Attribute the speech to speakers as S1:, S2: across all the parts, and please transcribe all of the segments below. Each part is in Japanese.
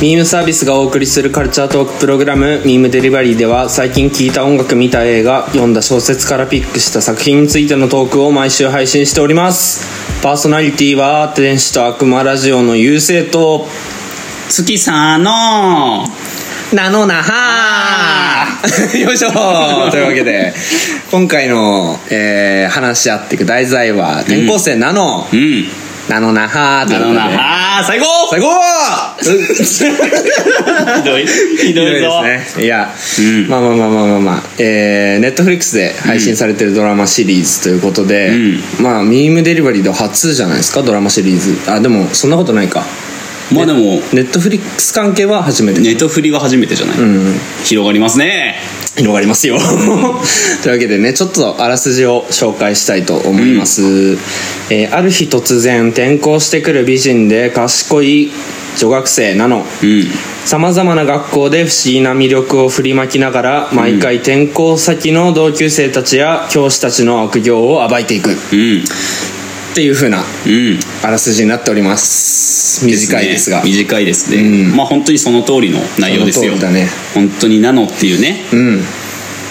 S1: ミームサービスがお送りするカルチャートークプログラム「ミームデリバリー」では最近聴いた音楽見た映画読んだ小説からピックした作品についてのトークを毎週配信しておりますパーソナリティは天使と悪魔ラジオの優勢と
S2: 月さんの
S1: なのなはー よいしょーというわけで今回の、えー話し合っていく題材は転校生なの、
S2: うん
S1: なのなはーとい
S2: あ
S1: うことで
S2: のなあー最高
S1: 最 高
S2: ひどいひ
S1: ひど
S2: ど
S1: い
S2: い
S1: で
S2: ぞ
S1: すねいや、
S2: うん
S1: まあまあまあまあまあまあえー、ネットフリックスで配信されてるドラマシリーズということで、まあミームデリバリーでは初じゃないですかドラマシリーズあでもそんなことないか
S2: まあでも
S1: ネットフリックス関係は初めて、
S2: ネットフリは初めてじゃない、
S1: うん
S2: 広がりますね
S1: 広がり ますよというわけでねちょっとあらすじを紹介したいと思います、えーある日突然転校してくる美人で賢い女学生なの
S2: うん
S1: さまざまな学校で不思議な魅力を振りまきながら毎回転校先の同級生たちや教師たちの悪行を暴いていくっ
S2: うん
S1: ていう風な
S2: うん
S1: あらすじになっております短いですが
S2: ね短いですね、
S1: うん
S2: まあ本当にその通りの内容ですよ
S1: その通りだね
S2: 本当にナノっていうね
S1: うん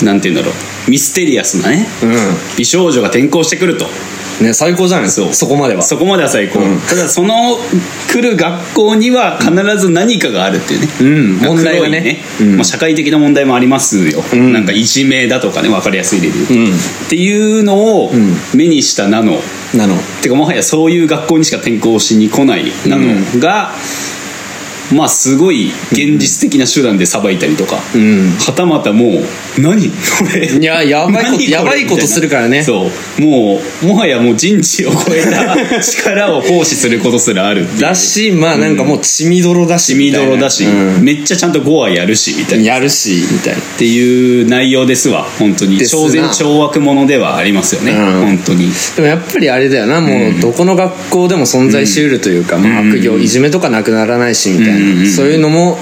S1: うん
S2: なんて言うんだろうミステリアスなね美少女が転校してくると
S1: ね最高じゃないですか
S2: そう
S1: そこまでは
S2: そこまでは最高、
S1: うん
S2: ただその来る学校には必ず何かがあるっていうね、
S1: うん問題
S2: 黒
S1: がね
S2: いね、
S1: うん
S2: まあ、社会的な問題もありますよ、
S1: ん
S2: なんかいじめだとかね分かりやすい例で言うと、
S1: うん
S2: っていうのを
S1: ん
S2: 目にしたナノ、
S1: なの
S2: てかもはやそういう学校にしか転校しに来ないなのが、まあすごい現実的な手段でさばいたりとか、
S1: うん
S2: はたまたもう何こ れ
S1: いややばいこと
S2: 何れ
S1: やばいこと
S2: みたな
S1: するからね
S2: そうもうもはやもう人知を超えた力を行使することすらあるっていう
S1: だしまあなんかもう血みどろだし
S2: 血みどろだし、
S1: みたいなうん
S2: めっちゃちゃんと5話やるしみたいなっ
S1: やるしみたいな
S2: ていう内容ですわ本当に
S1: ですな
S2: 超然超悪者ではありますよね、
S1: うん
S2: 本当に
S1: でもやっぱりあれだよなもうどこの学校でも存在しうるというか、まあ、悪行いじめとかなくならないしみたいな、
S2: うん
S1: そういうのも、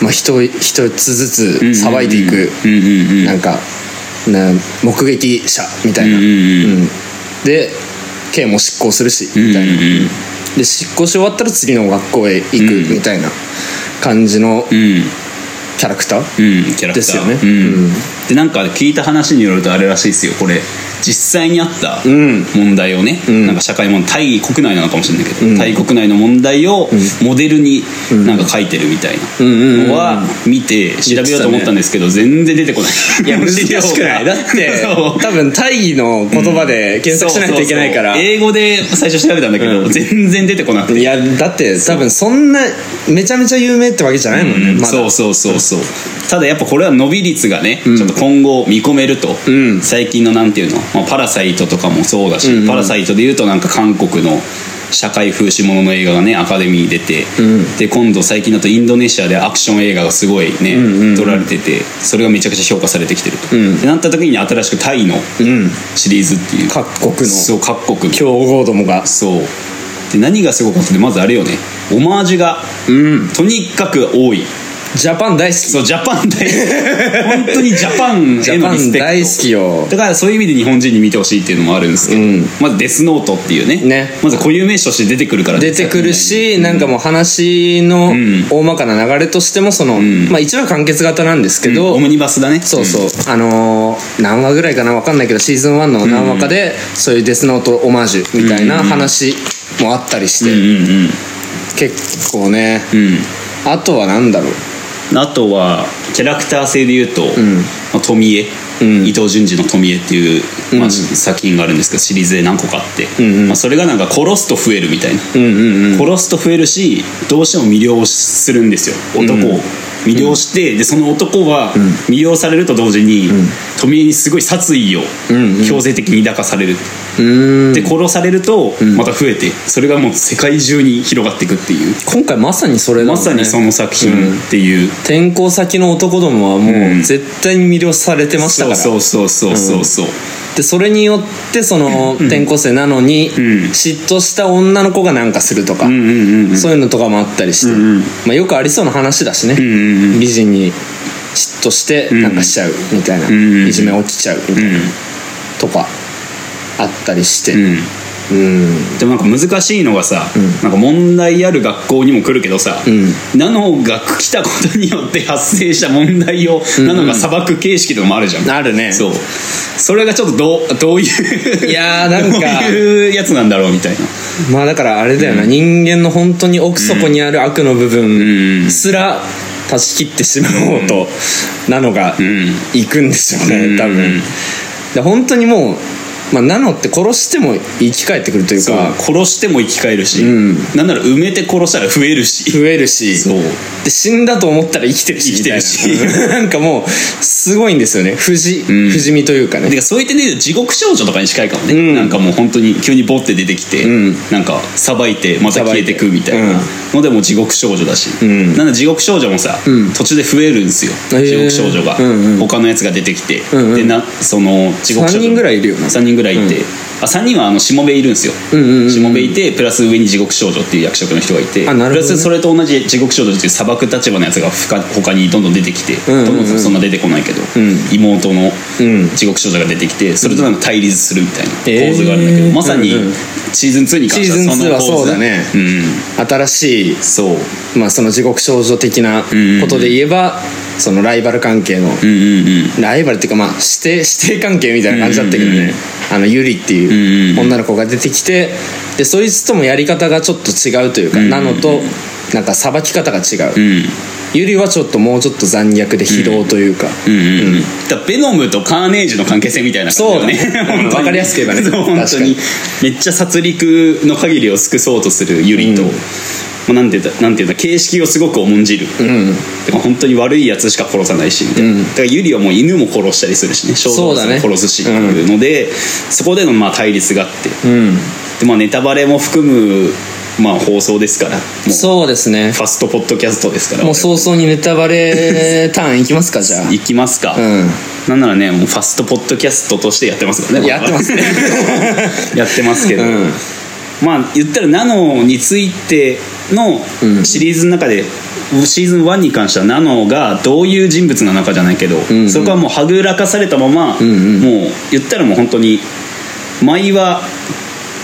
S1: まあ、一一つずつさばいていく、
S2: うんうんうん
S1: なんかな目撃者みたいな、
S2: うんうんうん
S1: うんで刑も執行するし
S2: うん
S1: みたいな、
S2: うんうん
S1: で執行し終わったら次の学校へ行くみたいな感じの
S2: うん
S1: キャラクター、
S2: うん、キャラクター
S1: ですよね
S2: うん
S1: うん
S2: でなんか聞いた話によるとあれらしいですよこれ実際にあった
S1: ん
S2: 問題をね、
S1: ん
S2: なんか社会問タイ国内なのかもしれないけど、
S1: うん
S2: タイ国内の問題をモデルになんか書いてるみたい
S1: うんうんうんうん
S2: なのは見て調べようと思ったんですけど全然出てこない
S1: いや難しく ないだって
S2: そう
S1: 多分大義の言葉で検索しないといけないから、
S2: そうそうそう英語で最初調べたんだけど、
S1: うん
S2: 全然出てこなくて
S1: いやだって多分そんなめちゃめちゃ有名ってわけじゃないもんね、まだ
S2: そうそうそうそうただやっぱこれは伸び率がね、ちょっと今後見込めると、
S1: うん
S2: 最近のなんていうの、まあ、パラサイトとかもそうだし、
S1: うんうん
S2: パラサイトでいうとなんか韓国の社会風刺ものの映画がねアカデミーに出て、
S1: ん
S2: で今度最近だとインドネシアでアクション映画がすごいね、
S1: んうんうん
S2: 撮られててそれがめちゃくちゃ評価されてきてると、
S1: うん
S2: でなった時に新しくタイの
S1: うん
S2: シリーズっていう
S1: 各国の
S2: そう各国
S1: 強豪どもが
S2: そうで何がすごかったってまずあれよねオマージュが
S1: うん
S2: とにかく多い
S1: ジャパン大好き
S2: そうジャパン大好き 本当にジャパン
S1: ジ
S2: へ
S1: ャ
S2: の
S1: パ
S2: リス
S1: ン
S2: ペクト
S1: 大好きよ
S2: だからそういう意味で日本人に見てほしいっていうのもあるんですけど、
S1: うん
S2: まずデスノートっていうね
S1: ね
S2: まず固有名詞として出てくるから
S1: 出てくるしなんかもう話の
S2: ん
S1: 大まかな流れとしてもその、
S2: ん
S1: まあ一話完結型なんですけ
S2: うん
S1: ど、
S2: オムニバスだね
S1: そうそう、あのー何話ぐらいかな分かんないけどシーズン1の何話かで、そういうデスノートオマージュみたいな話もあったりして、
S2: うんうんうん
S1: 結構ね、
S2: うん
S1: あとは何だろう
S2: あとはキャラクター性でいうと、
S1: ん
S2: まあ、富江、
S1: うん
S2: 伊藤潤二の富江っていう、まあ
S1: うん
S2: 作品があるんですけどシリーズで何個かあって、
S1: うんうん
S2: まあ、それがなんか殺すと増えるみたいな、
S1: うんうんうん
S2: 殺すと増えるしどうしても魅了するんですよ男を、
S1: うん
S2: 魅了して、でその男は魅了されると同時に、富江にすごい殺意を
S1: うんうん
S2: 強制的に抱かされ
S1: う
S2: る、
S1: ーん
S2: で殺されるとまた増えてそれがもう世界中に広がっていくっていう、
S1: 今回まさにそれだもん
S2: ま
S1: ね
S2: さにその作品っていう、
S1: 転校先の男どもはも
S2: う
S1: うん絶対に魅了されてましたか
S2: そう
S1: ら、
S2: そうそうそうそうそう
S1: でそれによってその転校生なのに
S2: ん
S1: 嫉妬した女の子がなんかするとか、
S2: うんうんうんうん
S1: そういうのとかもあったりして、
S2: うんうん
S1: まあ、よくありそうな話だしね、
S2: うんうんうん
S1: 美人に嫉妬して
S2: ん
S1: なんかしちゃうみたいな、
S2: ん
S1: いじめ落ちちゃうみたいな、とかあったりして
S2: う
S1: うん、
S2: んでもなんか難しいのがさ、なんか問題ある学校にも来るけどさ、
S1: う
S2: ナノが来たことによって発生した問題をナノが裁く形式とかもあるじゃん、
S1: あるね
S2: そうそれがちょっとどうどういう
S1: いやーなん か
S2: どういうやつなんだろうみたいな
S1: まあだからあれだよな、人間の本当に奥底にある悪の部
S2: う
S1: 分
S2: ん
S1: すら断ち切ってしまおうとなのが
S2: ん
S1: いくんでしょうね、
S2: うん
S1: 多分で本当にもう、まあ、ナノって殺しても生き返ってくるという
S2: そう
S1: か
S2: 殺しても生き返るし、
S1: ん
S2: なんなら埋めて殺したら増えるし
S1: 増えるし
S2: そう
S1: で死んだと思ったら生きてるし
S2: 生きてるし
S1: みたいな なんかもうすごいんですよね不死、
S2: ん
S1: 不死身というかね
S2: てかそういった点で言うと地獄少女とかに近いかもね、
S1: うん
S2: なんかもう本当に急にボッて出てきて、
S1: うん
S2: なんかさばいてまた消えてくみたい
S1: うん
S2: なのでもう地獄少女だし、
S1: ん
S2: なんで地獄少女もさ、
S1: うん
S2: 途中で増えるんですよ、
S1: へー
S2: 地獄少女が、
S1: うんうん
S2: 他のやつが出てきて、
S1: うんうん
S2: でなその地獄少女
S1: 三人ぐらいいるよな
S2: 3人ぐらいいて、あ3人はあのしもべいるんですよ、
S1: うんうんうん
S2: しもべいてプラス上に地獄少女っていう役職の人がいて
S1: あなるほどね
S2: プラスそれと同じ地獄少女っていう砂漠立場のやつがふか他にどんどん出てきて、
S1: うんうんうん
S2: どんどんそんな出てこないけど、
S1: ん
S2: 妹の
S1: うん
S2: 地獄少女が出てきてそれとなんか対立するみたいな
S1: うん
S2: 構図があるんだけど、
S1: えー
S2: まさに
S1: うんうん
S2: シーズン2に関してはその構図
S1: シーズン2はそうだね
S2: うん
S1: 新しい、
S2: そう
S1: まあ、その地獄少女的なことで言えば、そのライバル関係の
S2: うんうんうん
S1: ライバルっていうかまあ指定指定関係みたいな感じだったけどね、
S2: うんうんうん
S1: あのユリって
S2: んう
S1: い
S2: ん
S1: う
S2: うん
S1: 女の子が出てきてでそいつともやり方がちょっと違うというか、
S2: んうん
S1: なのとなんかさばき方が違う、
S2: うん
S1: ユリはちょっともうちょっと残虐で非道というか、
S2: うんうんうん、だからベノムとカーネージの関係性みたいな感じ
S1: そうだね
S2: 本当に
S1: わかりやすく言えばね
S2: そう本
S1: 確
S2: 当
S1: か
S2: に
S1: に
S2: めっちゃ殺戮の限りを尽くそうとするユリと、
S1: うん
S2: まあ、なんて言うんだなんて言うんだ形式をすごく重んじる、
S1: うん
S2: だから本当に悪いやつしか殺さないしみたいな、
S1: うん
S2: だからユリはもう犬も殺したりするしね小動物も殺すしっていうのでそこでのまあ対立があって
S1: うん
S2: でまあネタバレも含むまあ放送ですからもうフ
S1: そうですね
S2: ァストポッドキャストですから
S1: もう早々にネタバレターンいきますかじゃあ
S2: いきますか、
S1: う
S2: なんならねもうファストポッドキャストとしてやってますからね
S1: やってますね
S2: やってますけど、
S1: うん
S2: まあ言ったらナノについての
S1: うん
S2: シリーズの中で、シーズン1に関してはナノがどういう人物なのかじゃないけど、
S1: んうん
S2: そこはもうはぐらかされたまま、
S1: んうん
S2: もう言ったらもう本当に毎は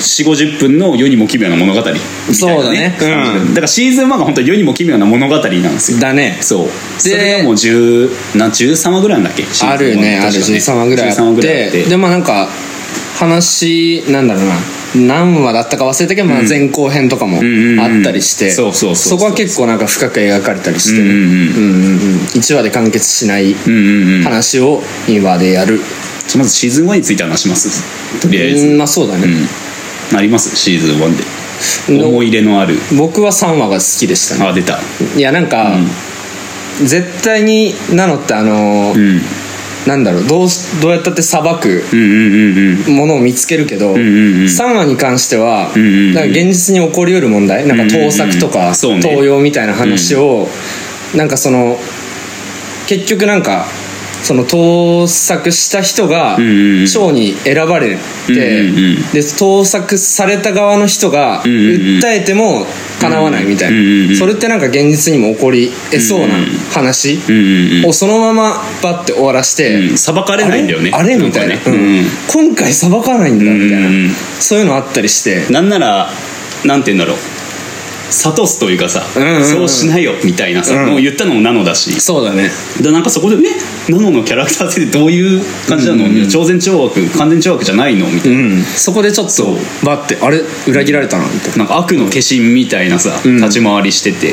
S2: 4 5 0分の世にも奇妙な物語みたいな、
S1: そうだねうん
S2: だからシーズン1が本当に世にも奇妙な物語なんですよ
S1: んだね
S2: そうそれが
S1: で
S2: もう10な13話ぐらいなんだっけシーズン
S1: あるよね
S2: は
S1: ある
S2: 確か
S1: 13話ぐらいあ
S2: 13話
S1: っ
S2: ぐらいあ
S1: て
S2: って
S1: でまあなんか話なんだろうな何話だったか忘れたけど、まあ、前後編とかも
S2: んうんうん
S1: あったりして
S2: そうそうそうそ
S1: そ
S2: う
S1: こは結構なんか深く描かれたりして
S2: うん
S1: うん
S2: うんうん
S1: うんうん1話で完結しない
S2: うんうんうん
S1: 話を2話でやる、
S2: じゃあまずシーズン1について話しますとりあえず
S1: うんまあそうだね、
S2: うんありますシーズン1で
S1: の
S2: 思い入れのある
S1: 僕は3話が好きでしたね
S2: あ出た
S1: いやなんか、絶対になのってあのー
S2: うん
S1: なんだろうどうしどうやったって裁く
S2: うんうんうんうん
S1: ものを見つけるけど、
S2: んうんうん
S1: 3話に関しては、
S2: んうんうん
S1: なんか現実に起こりうる問題なんか盗作と
S2: うんうんう
S1: か、
S2: んそうね
S1: 盗用みたいな話を、なんかその結局なんかその盗作した人が
S2: んうんうん
S1: 賞に選ばれて、
S2: うんうんうん
S1: で盗作された側の人が
S2: んうんうん
S1: 訴えても叶わないみたいな、
S2: うんうんうん
S1: それってなんか現実にも起こりえそうな話
S2: うんうん
S1: をそのままバッて終わらして、
S2: うん裁かれ
S1: あ
S2: ないんだ
S1: れ
S2: よね
S1: あれ
S2: ん
S1: み
S2: か
S1: たいな、
S2: ね
S1: う
S2: うんんうん
S1: 今回裁かないんだみたいな、
S2: うんうんうん
S1: そういうのあったりして
S2: なんならなんて言うんだろう諭すというかさ
S1: うんうんうん
S2: そうしなよみたいなさ
S1: うん
S2: もう言ったのもナノだし
S1: そうだね
S2: でなんかそこで「えナノのキャラクターってどういう感じなの?」超然懲悪完全懲悪じゃないの?」みたいな。
S1: うんそこでちょっとバッてあれ裏切られたなみたいな
S2: なんか悪の化身みたいなさ、
S1: ん
S2: 立ち回りしてて、
S1: う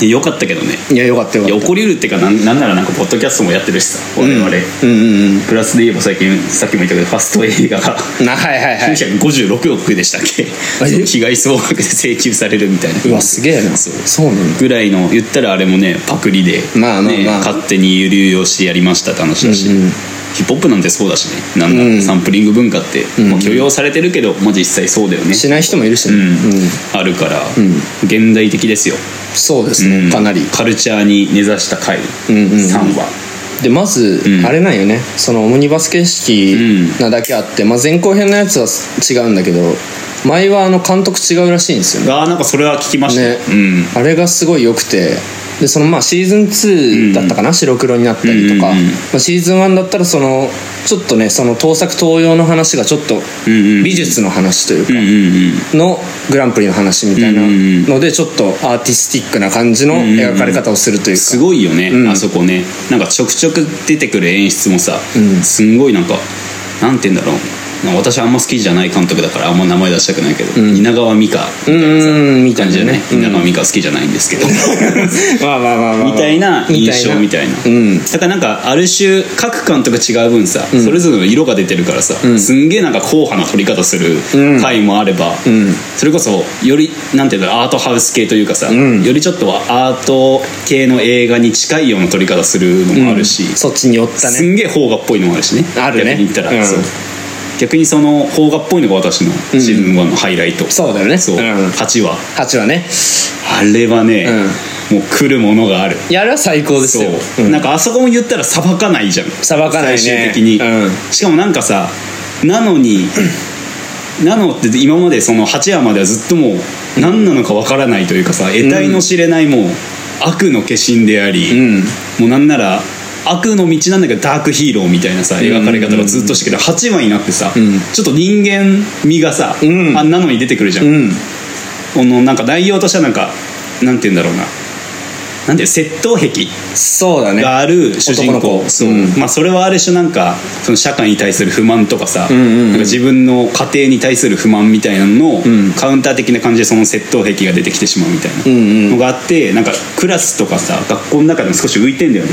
S2: でよかったけどね
S1: んいやよかったよ
S2: い
S1: か
S2: や
S1: った
S2: 怒りうるっていうかなんなんならなんかポッドキャストもやってるしさ我々、
S1: うんうん
S2: プラスで言えば最近さっきも言ったけどファスト映画が
S1: うんなはいはいはい
S2: 956億でしたっけ、
S1: あえ
S2: 被害総額で請求されるみたいな
S1: うわすげえな
S2: そう
S1: そうなんだ
S2: ぐらいの言ったらあれもねパクリで、
S1: まあまあ
S2: ね
S1: まあ
S2: 勝手に流用してやりましたって話だし、
S1: うんうん
S2: ヒップホップなんてそうだしねなんだ、
S1: うん
S2: サンプリング文化って、
S1: ん
S2: まあ、許容されてるけど、まあ、実際そうだよね
S1: しない人もいるし
S2: う
S1: ね
S2: ん
S1: うん
S2: あるから、
S1: ん
S2: 現代的ですよ、
S1: そうです
S2: うん
S1: ねかなり
S2: カルチャーに根ざした回、
S1: うんうんうん
S2: 3話
S1: でまず
S2: うん
S1: あれなんよねそのオムニバス形式なだけあってまあ前後編のやつは違うんだけど前はあの監督違うらしいんですよね
S2: あーなんかそれは聞きました、
S1: ね
S2: うん
S1: あれがすごい良くてでそのまあシーズン2だったかな、白黒になったりとか、
S2: うんうんうん
S1: まあ、シーズン1だったらそのちょっとねその盗作盗用の話がちょっと
S2: うんうん
S1: 美術の話という
S2: う
S1: か
S2: んうん
S1: のグランプリの話みたいな
S2: うんうんうん
S1: のでちょっとアーティスティックな感じの
S2: んうんうん
S1: 描かれ方をするというか
S2: すごいよね、
S1: うん
S2: あそこねなんかちょくちょく出てくる演出もさ、
S1: うん
S2: すんごいなんかなんて言うんだろうなんか私あんま好きじゃない監督だからあんま名前出したくないけど、稲川美香
S1: うんうんうんみたい
S2: 感
S1: な
S2: じだね、
S1: うん
S2: 稲川美香好きじゃないんですけ ど
S1: まあまあまあまあまあ
S2: みたいな印象みたいな
S1: うん
S2: だからなんかある種各監督違う分さ、それぞれの色が出てるからさ、すんげえなんか硬派な撮り方する
S1: うん
S2: 回もあれば、
S1: ん
S2: それこそよりなんていうんだろうアートハウス系というかさ、
S1: ん
S2: よりちょっとはアート系の映画に近いような撮り方するのもあるし、
S1: そっちに寄った
S2: す
S1: ね
S2: んげえ邦画っぽいのもあるしね
S1: あるね
S2: 逆に言ったら、
S1: うん
S2: そう逆にその邦画っぽいのが私のシーズン1のハイライト、
S1: そうだよね
S2: そう、
S1: うん
S2: 8話
S1: 8はね
S2: あれはね、もう来るものがある
S1: いやあれは最高です
S2: そう
S1: よ、うん
S2: なんかあそこも言ったら裁かないじゃん
S1: 裁かないね
S2: 最終的に、
S1: うん
S2: しかもなんかさなのになのって今までその8話まではずっともう何なのかわからないというかさ得体の知れないもう悪の化身であり、
S1: うん
S2: もうなんなら悪の道なんだけどダークヒーローみたいなさ描かれ方がずっとしてけど8話になってさ、
S1: ん
S2: ちょっと人間味がさ、
S1: うん
S2: あんなのに出てくるじゃん、
S1: うん
S2: このなんか内容としてはなんかなんて言うんだろうななんていう窃盗癖
S1: そうだね
S2: がある主人
S1: 男の
S2: 公
S1: 子
S2: そう
S1: うん
S2: まあそれはある種なんかその社会に対する不満とかさ
S1: んうんうん
S2: なんか自分の家庭に対する不満みたいなのを
S1: ん
S2: カウンター的な感じでその窃盗癖が出てきてしまうみたい
S1: うんう
S2: なんの
S1: ん
S2: があってなんかクラスとかさ学校の中でも少し浮いてんだよね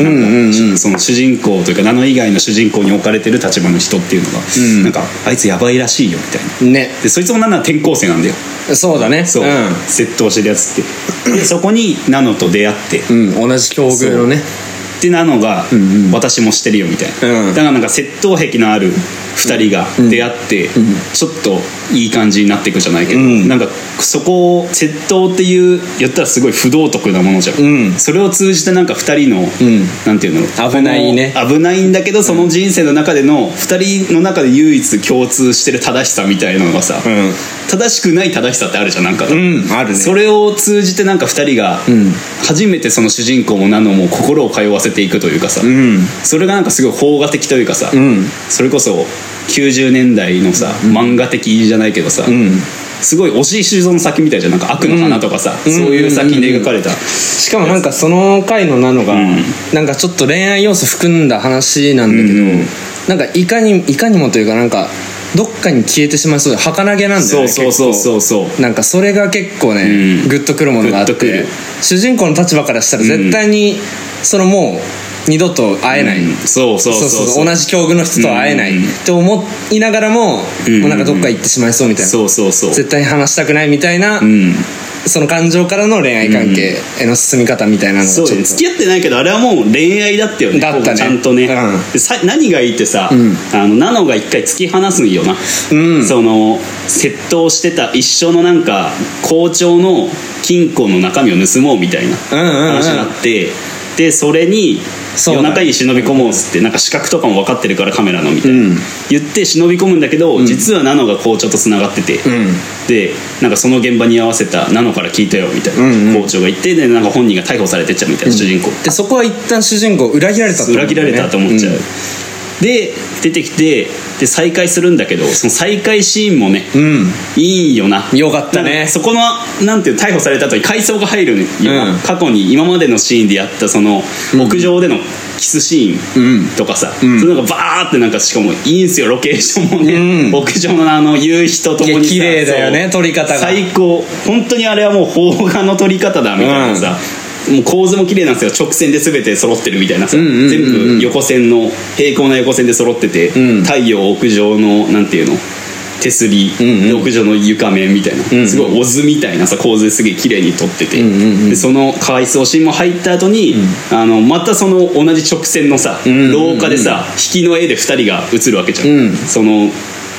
S1: うんうんうん
S2: その主人公というか名の以外の主人公に置かれてる立場の人っていうのが
S1: ん
S2: なんかあいつやばいらしいよみたいな
S1: ね
S2: でそいつもなんなら転校生なんだよ
S1: そうだね
S2: そう窃盗してるやつってでそこにナノと出会って
S1: うん、うん、同じ境遇のね
S2: ってなのが私もしてるよみたいな、
S1: うん
S2: だからなんか窃盗癖のある2人が出会ってちょっといい感じになっていくじゃないけど、
S1: ん
S2: なんかそこを窃盗っていう言ったらすごい不道徳なものじゃん、
S1: うん
S2: それを通じてなんか2人の、
S1: ん
S2: なんていうの
S1: 危ないね
S2: この危ないんだけどその人生の中での2人の中で唯一共通してる正しさみたいなのがさ、
S1: ん
S2: 正しくない正しさってあるじゃんなんか、
S1: うんあるね
S2: それを通じてなんか2人が
S1: ん
S2: 初めてその主人公もナノも心を通わせていくというかさ、
S1: うん
S2: それがなんかすごい邦画的というかさ、
S1: ん
S2: それこそ90年代のさ漫画的じゃないけどさ、
S1: うん
S2: すごい惜しい修造の先みたいじゃんなんか悪の花とかさ、
S1: うん
S2: そういう先で描かれた、
S1: しかもなんかその回のなのが、
S2: うん
S1: なんかちょっと恋愛要素含んだ話なんだけど、
S2: うんうん
S1: なんかいかにいかにもというかなんかどっかに消えてしまいそうで儚げなんだよ
S2: そう
S1: ね
S2: そうそう
S1: 結構
S2: そうそう
S1: なんかそれが結構ね、
S2: うん
S1: グッとくるものがあっ
S2: グッとく
S1: て
S2: る
S1: 主人公の立場からしたら絶対に、そのもう二度と会えない、
S2: うんそうそ
S1: そ
S2: うそうう
S1: そう
S2: そう
S1: 同じ境遇の人とは会えない
S2: うん
S1: って思いながらも,、
S2: うん
S1: もうなんかどっか行ってしまいそうみたいな
S2: そうそうそう
S1: 絶対話したくないみたいな、
S2: うん
S1: その感情からの恋愛関係への進み方みたいなのがち
S2: そ
S1: ょ
S2: う
S1: っと
S2: だね付き合ってないけどあれはもう恋愛だったよね
S1: だったね
S2: ちゃんと
S1: う
S2: ね、
S1: ん
S2: でさ何がいいってさ、
S1: ん
S2: あのナノが一回突き放すんよな、
S1: うん
S2: その窃盗してた一緒のなんか校長の金庫の中身を盗もうみたいな
S1: うんうんうん
S2: 話になって、でそれに
S1: そうだ
S2: 夜
S1: ね
S2: 中に忍び込もうっつってなんか資格とかも分かってるからカメラのみたい
S1: う
S2: な、
S1: ん
S2: 言って忍び込むんだけど、実はナノが校長とつながってて、
S1: うん
S2: でなんかその現場に居合わせたナノから聞いたよみたいな、
S1: うんうん
S2: 校長が言ってでなんか本人が逮捕されてっちゃうみたいな、主人公
S1: でそこは一旦主人公裏切られたと思う
S2: 裏
S1: ん
S2: 切
S1: だ
S2: ら
S1: よね
S2: れたと思っちゃう、
S1: ん
S2: で出てきてで再会するんだけどその再会シーンもね、
S1: うん
S2: いいよな
S1: よかったね
S2: なんそこのなんていう逮捕された後に回想が入るのよ、
S1: うん
S2: 過去に今までのシーンでやったその屋上でのキスシ
S1: うん
S2: ーンとかさ、
S1: ん
S2: それなんかバーってなんかしかもいいんすよロケーションもね、
S1: うん
S2: 屋上のあの夕日とともにさ
S1: いや綺麗だよね
S2: そ
S1: 撮
S2: う
S1: り方が
S2: 最高本当にあれはもう邦画の撮り方だみたいなさ、もう構図も綺麗なんですよ直線で全て揃ってるみたいなさ、
S1: うんうんうんうん
S2: 全部横線の平行な横線で揃ってて、
S1: うん
S2: 太陽屋上のなんていうの手すり、
S1: うんうん
S2: で屋上の床面みたいな、
S1: うん
S2: すごいオズみたいなさ構図ですげえ綺麗に撮ってて、
S1: うんうんうん
S2: でその回想シーンも入った後に、あのまたその同じ直線のさ、
S1: んうんうん
S2: 廊下でさ引きの絵で2人が映るわけじゃ
S1: う
S2: ん、
S1: ん
S2: その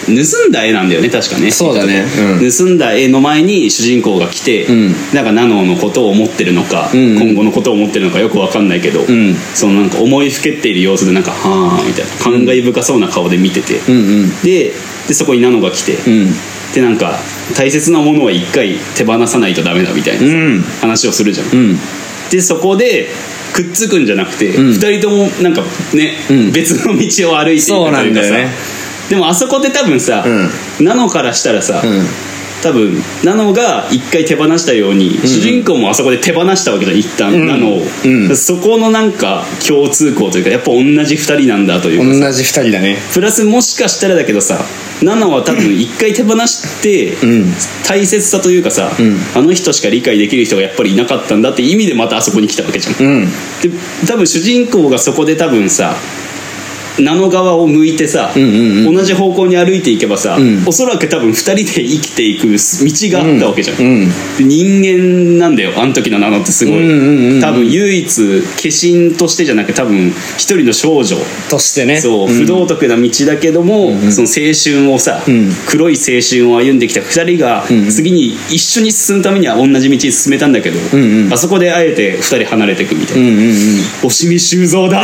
S2: 盗んだ絵なんだよね確かね
S1: そうだねうん
S2: 盗んだ絵の前に主人公が来て、
S1: うん
S2: なんかナノのことを思ってるのか、
S1: うんうん
S2: 今後のことを思ってるのかよくわかんないけど、
S1: ん
S2: そのなんか思いふけっている様子でなんか「はあ」みたいな感慨深そうな顔で見てて、
S1: うんうん
S2: ででそこにナノが来て、
S1: うん
S2: でなんか大切なものは一回手放さないとダメだみたいな
S1: うん
S2: 話をするじゃん、
S1: うん
S2: でそこでくっつくんじゃなくて、
S1: うん
S2: 二人ともなんかね、
S1: うん
S2: 別の道を歩いていた
S1: そうな
S2: とい
S1: ん
S2: うか
S1: だ
S2: さ
S1: よね
S2: でもあそこって多分さ、ナノからしたらさ、
S1: うん
S2: 多分ナノが一回手放したように、主人公もあそこで手放したわけじゃん一旦、
S1: うん
S2: ナノを、
S1: うん
S2: そこのなんか共通項というかやっぱ同じ二人なんだというか
S1: 同じ二人だね
S2: プラスもしかしたらだけどさナナは多分一回手放して、
S1: うん
S2: 大切さというかさ、
S1: ん
S2: あの人しか理解できる人がやっぱりいなかったんだって意味でまたあそこに来たわけじゃん、
S1: うん
S2: で多分主人公がそこで多分さナノ側を向いてさ、
S1: んうん
S2: 同じ方向に歩いていけばさ、
S1: ん
S2: おそらく多分2人で生きていく道があったわけじゃん、
S1: うん
S2: で人間なんだよあの時のナノってすごい、
S1: うんうんうん
S2: 多分唯一化身としてじゃなくて多分一人の少女
S1: としてね
S2: そう、不道徳な道だけども、その青春をさ、
S1: うん
S2: 黒い青春を歩んできた2人が、次に一緒に進むためには同じ道に進めたんだけど、
S1: んうん
S2: あそこであえて2人離れていくみたいな、
S1: うんうんうん
S2: 押見修造 だ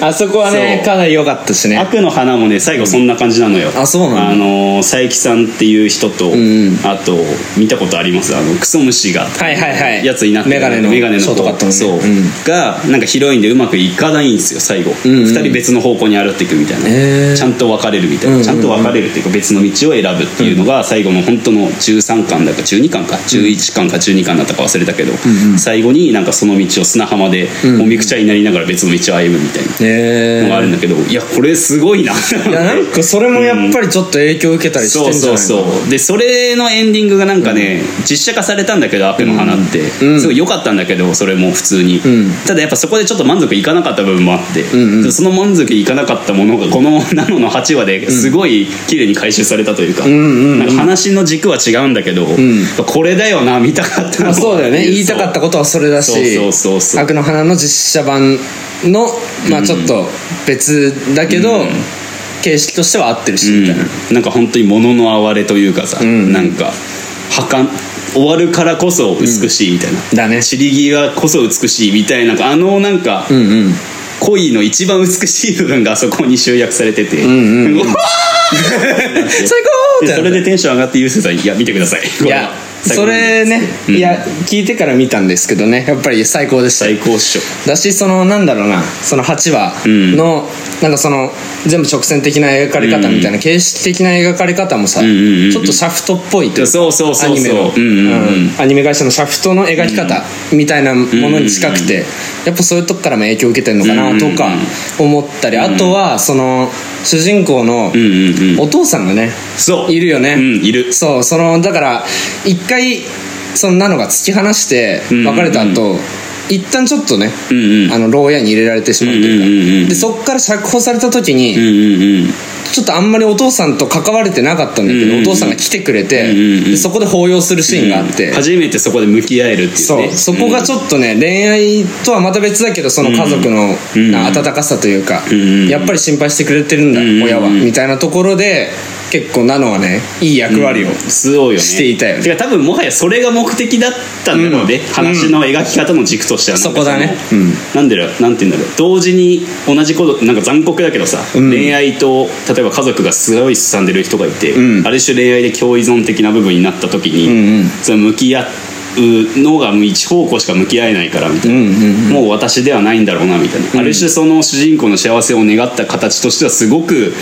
S1: あそこはね
S2: そう
S1: かなり良かったしね
S2: 悪の花もね最後そんな感じなのよ、
S1: あそうなの
S2: あのー佐伯さんっていう人と、
S1: ん
S2: あと見たことありますあのクソ虫が
S1: はいはいはい
S2: やつになって
S1: メガネの
S2: メガネの
S1: ショートカットのね
S2: そう、
S1: うん
S2: がなんかヒロインでうまくいかないんですよ最後、
S1: んうん
S2: 2人別の方向に歩っていくみたいな、
S1: へー
S2: ちゃんと別れるみたいな、
S1: うんうんうん
S2: ちゃんと別れるっていうか別の道を選ぶっていうのが最後の本当の13巻だか12巻か11巻か12巻だったか忘れたけど、最後になんかその道を砂浜でもみくちゃになりながら別の道を歩むみたいな
S1: え
S2: のがあるんだけど、いやこれすごいな
S1: いやなんかそれもやっぱりちょっと影響受けたりして
S2: そ
S1: ん
S2: う
S1: じゃ
S2: そ
S1: な
S2: う
S1: いの
S2: そうでそれのエンディングがなんかね、実写化されたんだけど「悪の花」って、
S1: うん
S2: すごい良かったんだけどそれも普通に、
S1: ん
S2: ただやっぱそこでちょっと満足いかなかった部分もあって、
S1: んうん
S2: その満足いかなかったものがこの「ナノ」の8話ですごい綺麗に回収されたというか,、
S1: んうんうん
S2: なんか話の軸は違うんだけど、
S1: ん
S2: これだよな見たかった
S1: ま
S2: のは
S1: あそうだよね
S2: ってう
S1: 言いたかったことはそれだし
S2: そうそうそうそう
S1: 悪の花」の実写版のまあちょっと別だけど、
S2: うん
S1: 形式としては合ってるしみたいな、
S2: うん、なんか本当に物の哀れというかさ、
S1: ん
S2: なんかはかん終わるからこそ美しいみたいな、
S1: だね
S2: 散り際こそ美しいみたいなあのなんか
S1: うんうん
S2: 恋の一番美しい部分があそこに集約されてて、
S1: んうん
S2: うわ ー
S1: 最高
S2: で
S1: って
S2: それでテンション上がってユースさんいや見てください
S1: いやそれね、
S2: うん
S1: いや聞いてから見たんですけどねやっぱり最高でした
S2: 最高っしょ
S1: だしそのなんだろうなその8話
S2: うん
S1: の、なんかその全部直線的な描かれ方みたいな、形式的な描かれ方もさ、
S2: んうんうんうん
S1: ちょっとシャフトっぽいというか
S2: そうそうそうそう
S1: アニメの、
S2: うんうんうん
S1: アニメ会社のシャフトの描き方みたいなものに近くて、やっぱそういうとこからも影響を受けてるのかなとか思ったり、あとはその主人公の
S2: うんうんうん
S1: お父さんがね、
S2: そう
S1: いるよね、
S2: うんいる
S1: そうそのだから一回そのナノが突き放して
S2: うん
S1: 別れた後、一旦ちょっとね、
S2: うんうん
S1: あの牢屋に入れられてしまうというか、
S2: うんうんうんうん
S1: でそっから釈放された時に、
S2: うんうんうん
S1: ちょっとあんまりお父さんと関われてなかったんだけど、
S2: うんうんうん
S1: お父さんが来てくれて、
S2: うんうんうん
S1: でそこで抱擁するシーンがあって、
S2: 初めてそこで向き合えるっていう
S1: そう
S2: ね
S1: そこがちょっとね、恋愛とはまた別だけどその家族の
S2: うん
S1: な温かさというか、
S2: うんうん
S1: やっぱり心配してくれてるんだ、
S2: うんうん
S1: 親はみたいなところで結構ナノはねいい役割を、
S2: そうよね
S1: していたよね
S2: てか多分もはやそれが目的だったんだろうね、
S1: うん
S2: 話の描き方の軸としてはなんか
S1: そこだね
S2: そのなんでだなんて言うんだろう同時に同じことなんか残酷だけどさ、
S1: うん
S2: 恋愛と例えば家族がすごいすさんでる人がいて、
S1: うん
S2: ある種恋愛で共依存的な部分になった時に、
S1: うんうん
S2: その向き合うのが一方向しか向き合えないからみたいな、
S1: うんうん
S2: もう私ではないんだろうなみたいな、ある種その主人公の幸せを願った形としてはすごく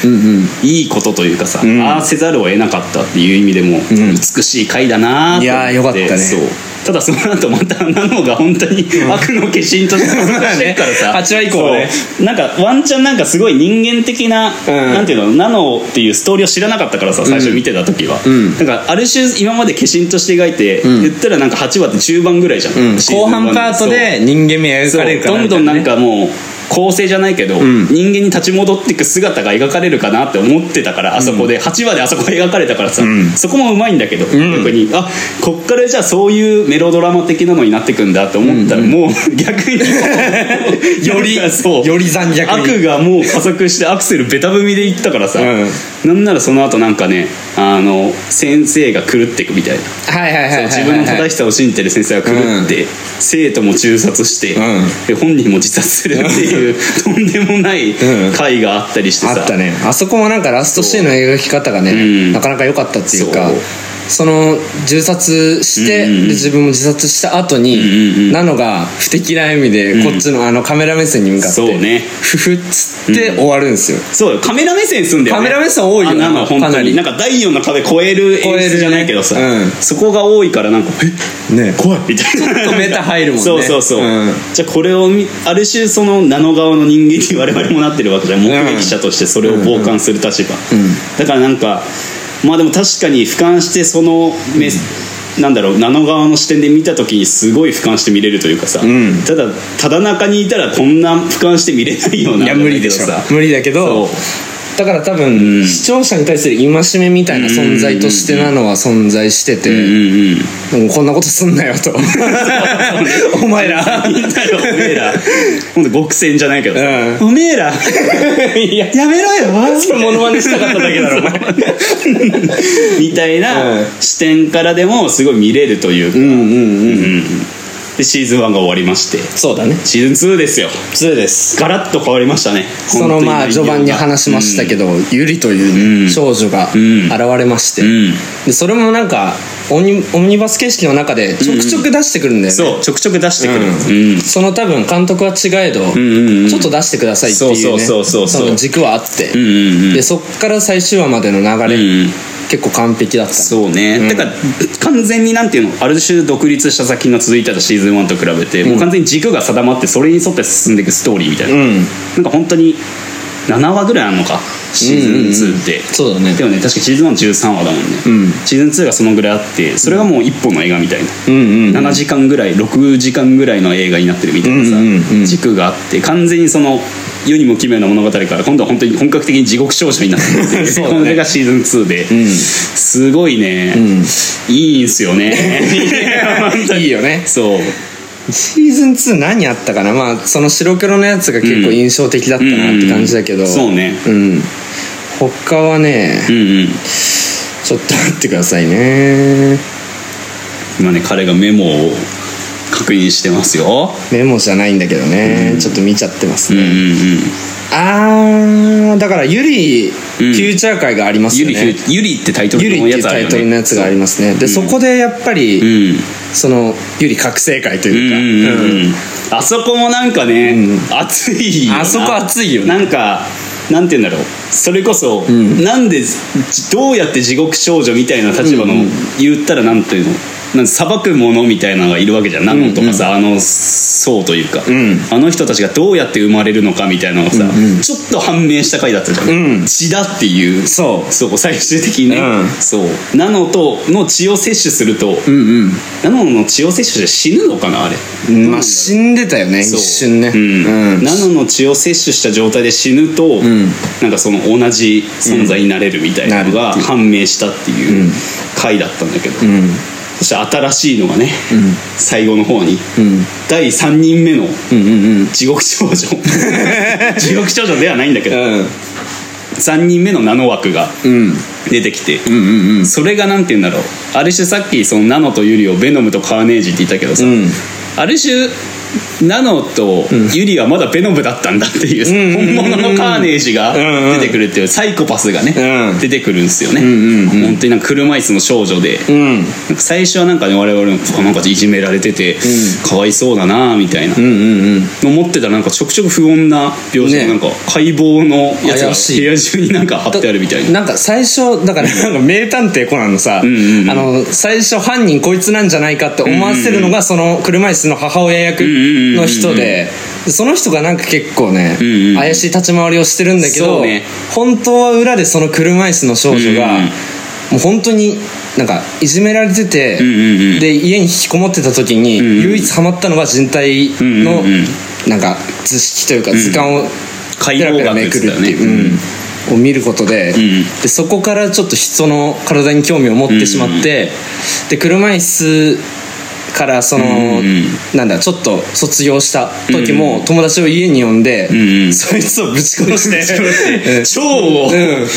S2: いいことというかさ、
S1: ん
S2: ああせざるを得なかったっていう意味でも
S1: ん
S2: 美しい回だなーと思って
S1: いやーよかったね
S2: そうただその後またナノが本当に悪の化身 として出してるからさ
S1: 8話以降ね
S2: そうなんかワンチャンなんかすごい人間的な、
S1: ん
S2: なんていうのナノっていうストーリーを知らなかったからさ最初見てた時は、
S1: ん
S2: なんかある種今まで化身として描いて、言ったらなんか8話って中盤ぐらいじゃん、シーズ
S1: 後
S2: ン版
S1: 半パートで人間味描
S2: そ
S1: か
S2: う
S1: れるから
S2: どんどんなんかもう構成じゃないけど、
S1: ん
S2: 人間に立ち戻っていく姿が描かれるかなって思ってたからあそこで、8話であそこ描かれたからさ、
S1: ん
S2: そこもうまいんだけど、逆にあこっからじゃあそういうメロドラマ的なのになってくんだって思ったら、もう逆 によりそう
S1: より残虐に
S2: 悪がもう加速してアクセルベタ踏みでいったからさ、
S1: う
S2: なんならその後なんかねあの先生が狂っていくみたいな。
S1: はいはいはいはいはい
S2: 自分の正しさを信じてる先生が狂って、生徒も中殺して、
S1: うん
S2: で本人も自殺するっていうとんでもない
S1: うん
S2: 回があったりしてさ、
S1: あったねあそこもなんかラストシーンの描き方が
S2: う
S1: ね
S2: ん
S1: なかなか良かったっていうか
S2: そう
S1: その自殺して、
S2: うんうんうん
S1: で自分も自殺した後に、
S2: うんうんうん
S1: なのが不敵な笑みで、こっちのあのカメラ目線に向かって
S2: そうね
S1: ふふっつって終わるんですよ、
S2: そうよカメラ目線すんだよ、ね、
S1: カメラ目線多いよ
S2: あなの本
S1: か
S2: 当
S1: なり
S2: になんか第4の壁超える
S1: 超え
S2: 演
S1: るね
S2: 出じゃないけどさ、
S1: うん
S2: そこが多いからなんか
S1: ね
S2: え怖いみたいな
S1: ちょっとメタ入るもんね
S2: そうそうそう、
S1: うん
S2: じゃあこれを見ある種その名の側の人間に我々もなってるわけじゃん目撃者としてそれを傍観する立場、だからなんかまあでも確かに俯瞰してその目、なんだろう名の側の視点で見た時にすごい俯瞰して見れるというかさ、
S1: ん
S2: ただただ中にいたらこんな俯瞰して見れないようない
S1: や無理でしょ無理だけど
S2: そう
S1: だから多分、
S2: うん
S1: 視聴者に対する戒めみたいな存在としてなのは存在してて、
S2: うんうん
S1: もうこんなことすんなよとお前ら
S2: みんなでおめえらほんと極戦じゃないけどさ、
S1: う
S2: おめえら
S1: いや
S2: やめろよ
S1: それモノマネしたかっただけだろお前
S2: みたい
S1: うん
S2: な視点からでもすごい見れるというか、
S1: うんうんうん
S2: うんでシーズン1が終わりまして
S1: そうだね
S2: シーズン2ですよ
S1: 2です
S2: ガラッと変わりましたね
S1: そのまあ序盤に話しましたけど、ゆりといううん少女が
S2: うん
S1: 現れまして、
S2: うん
S1: でそれもなんかオニオムニバス形式の中でちょくちょく出してくるんだよね、
S2: そうちょくちょく出してくる、
S1: うんその多分監督は違えど、
S2: んうんうん
S1: ちょっと出してくださいっていう、ね、
S2: そうそうそうそうそう
S1: の軸はあって、
S2: うんうんうん
S1: でそっから最終話までの流れ、
S2: うん
S1: 結構完璧だった
S2: そうね、だから完全になんていうのある種独立した作品が続いてたシーズン1と比べて、もう完全に軸が定まってそれに沿って進んでいくストーリーみたいな、
S1: うん
S2: なんか本当に7話ぐらいあるのかシーズン2って、
S1: そうだね
S2: でもね確かシーズン1 13話だもんね、
S1: うん
S2: シーズン2がそのぐらいあってそれがもう一本の映画みたいな、
S1: うんうん
S2: 7時間ぐらい6時間ぐらいの映画になってるみたいなさ、
S1: うんうんうん
S2: 軸があって完全にその世にも奇妙な物語から今度は本当に本格的に地獄少女になってるってい う
S1: そうだね
S2: これがシーズン2で、
S1: ん
S2: すごいね、いいんすよね本当 に
S1: いいよね
S2: そう
S1: シーズン2何あったかなまあその白黒のやつが結構印象的だったなって感じだけど、
S2: うんうんそうね
S1: うん他はね、
S2: うんうん
S1: ちょっと待ってくださいね
S2: 今ね彼がメモを確認してますよ
S1: メモじゃないんだけどね、ちょっと見ちゃってます
S2: うん
S1: ね、
S2: うんうん
S1: あーだからゆりフ
S2: う
S1: ュ
S2: ん
S1: ーチャー会があります
S2: ゆ
S1: よ
S2: り
S1: ね、
S2: ふゆりってタイト
S1: ゆ
S2: ル
S1: りって
S2: の
S1: い
S2: や
S1: う
S2: つあ
S1: タ
S2: る
S1: イ
S2: よ
S1: トルの
S2: ね
S1: やつがありますねで、そこでやっぱり、
S2: うん
S1: そのゆり覚醒会と
S2: うん
S1: いうか、
S2: うんうんあそこもなんかね、熱いよな
S1: あそこ熱いよね
S2: なんかなんて言うんだろうそれこそ、なんでじどうやって地獄少女みたいな立場の、言ったらなんていうのなん裁く者みたいなのがいるわけじゃんナノとかさ、あの層というか、
S1: ん
S2: あの人たちがどうやって生まれるのかみたいなのがさ、ちょっと判明した回だったじゃん、
S1: うん
S2: 血だっていう
S1: そ
S2: そう最終的にね、
S1: うん
S2: そうナノとの血を摂取すると、
S1: ううんうん
S2: ナノの血を摂取して死ぬのかなあれ
S1: まあ死んでたよね一
S2: そう
S1: 瞬ね
S2: うん
S1: うん
S2: ナノの血を摂取した状態で死ぬと、
S1: ん
S2: なんかその同じ存在になれるみたいなの
S1: うんなるっ
S2: が
S1: ていう
S2: 判明したっていうう回だったんだけど、
S1: うん
S2: そして新しいのがね、最後の方に、
S1: うん
S2: 第3人目の
S1: うんうん
S2: 地獄少 女地獄少女ではないんだけ
S1: う
S2: ど、
S1: ん
S2: 3人目のナノ枠が
S1: うん
S2: 出てきて、
S1: うんうんうん
S2: それがなんて言うんだろうある種さっきそのナノとユリをベノムとカーネージって言ったけどさ、
S1: うん
S2: ある種ナノとユリはまだベノムだったんだっていうさ、
S1: ん
S2: 本物のカーネージが
S1: うんうん
S2: 出てくるっていうサイコパスがね、
S1: うん
S2: 出てくるんですよね、
S1: んうん
S2: 本当になんか車椅子の少女で、
S1: うん
S2: なんか最初はなんかね我々もあなんかいじめられてて、かわいそうだなみたいな、
S1: うんうんうん
S2: 思ってたらなんかちょくちょく不穏な描写
S1: ね
S2: がなんか解剖のや
S1: 怪
S2: つ
S1: し
S2: が
S1: い
S2: 部屋中になんか貼ってあるみたいな。
S1: んか最初だからなんか名探偵コナンのさ、
S2: んうんうん
S1: あの最初犯人こいつなんじゃないかって思わせるのがその車椅子の母親役の人ででその人がなんか結構ね、
S2: んうんうん
S1: 怪しい立ち回りをしてるんだけ
S2: そ
S1: ど、
S2: うね
S1: 本当は裏でその車椅子の少女が、
S2: うんうん
S1: もう本当になんかいじめられてて、
S2: うんうんうん
S1: で家に引きこもってた時に、
S2: んうん
S1: 唯一ハマったのは人体の、
S2: うんうんうん
S1: なんか図式というか図鑑を、
S2: 解
S1: ペラペ
S2: 剖
S1: ラ
S2: 学
S1: め
S2: っ
S1: く
S2: つ
S1: る
S2: っ
S1: って
S2: た
S1: い
S2: ね、
S1: う、うんを見ることで,、
S2: ん
S1: でそこからちょっと人の体に興味を持ってしまって、で車椅子からその、
S2: うんうん
S1: なんだちょっと卒業した時も、友達を家に呼んで、
S2: んうん
S1: そいつをぶち殺して
S2: て腸を
S1: うん
S2: 引っ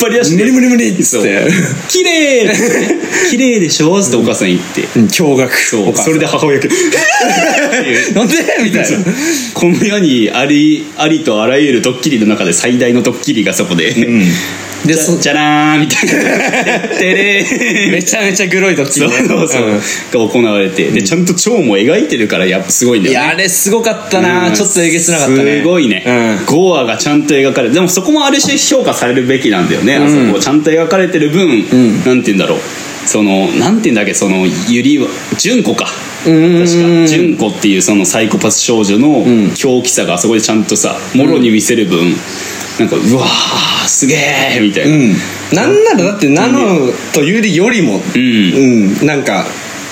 S2: 張り出し
S1: 無
S2: て「
S1: 理無理無理っつ
S2: そ
S1: っ
S2: う
S1: て
S2: 綺麗綺麗でしょ」っつってお母さん言って
S1: うん驚愕
S2: そ
S1: お
S2: う
S1: 母さん
S2: それで母親が「えーっていう
S1: なんでみたいな
S2: この世にありありとあらゆるドッキリの中で最大のドッキリがそこで、
S1: で
S2: じゃ
S1: そ
S2: じゃらーんみたい な「てれーん」
S1: めちゃめちゃグロいドッキ
S2: そう
S1: リね
S2: そうそう、
S1: うん
S2: が行われてでちゃんと腸も描いてるからやっぱすごいんだ
S1: い
S2: よね
S1: やあれすごかったな、
S2: うん
S1: ちょっとえげつなかったね
S2: すごいね、
S1: うん
S2: ゴアがちゃんと描かれてでもそこもある種評価されるべきなんだよね、あそこちゃんと描かれてる分、なんて言うんだろうそのなんて言うんだっけそのゆりは純子か
S1: うんうんうん
S2: 確か純子っていうそのサイコパス少女の狂気さがあそこでちゃんとさもろに見せる分、なんかうわーすげえみたいな、
S1: うんなんならだってナノとユリよりも
S2: ん
S1: うんなんか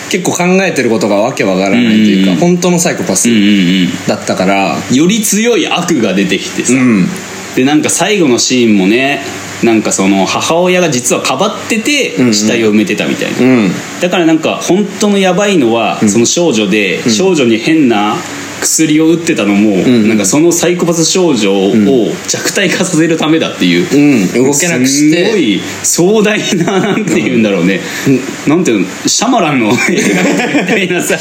S1: 結構考えてることがわけわからないというか、
S2: うん
S1: 本当のサイコパス
S2: うんうんうん
S1: だったから
S2: より強い悪が出てきてさ、
S1: ん
S2: でなんか最後のシーンもねなんかその母親が実はかばってて死体を埋めてたみたいな、
S1: うん
S2: だからなんか本当のやばいのは、その少女で、少女に変な薬を打ってたのも、なんかそのサイコパス少女を弱体化させるためだっていう、
S1: うん動けなくして
S2: すごい壮大ななんて言うんだろうね、なんていうのシャマランの映画みたいなさ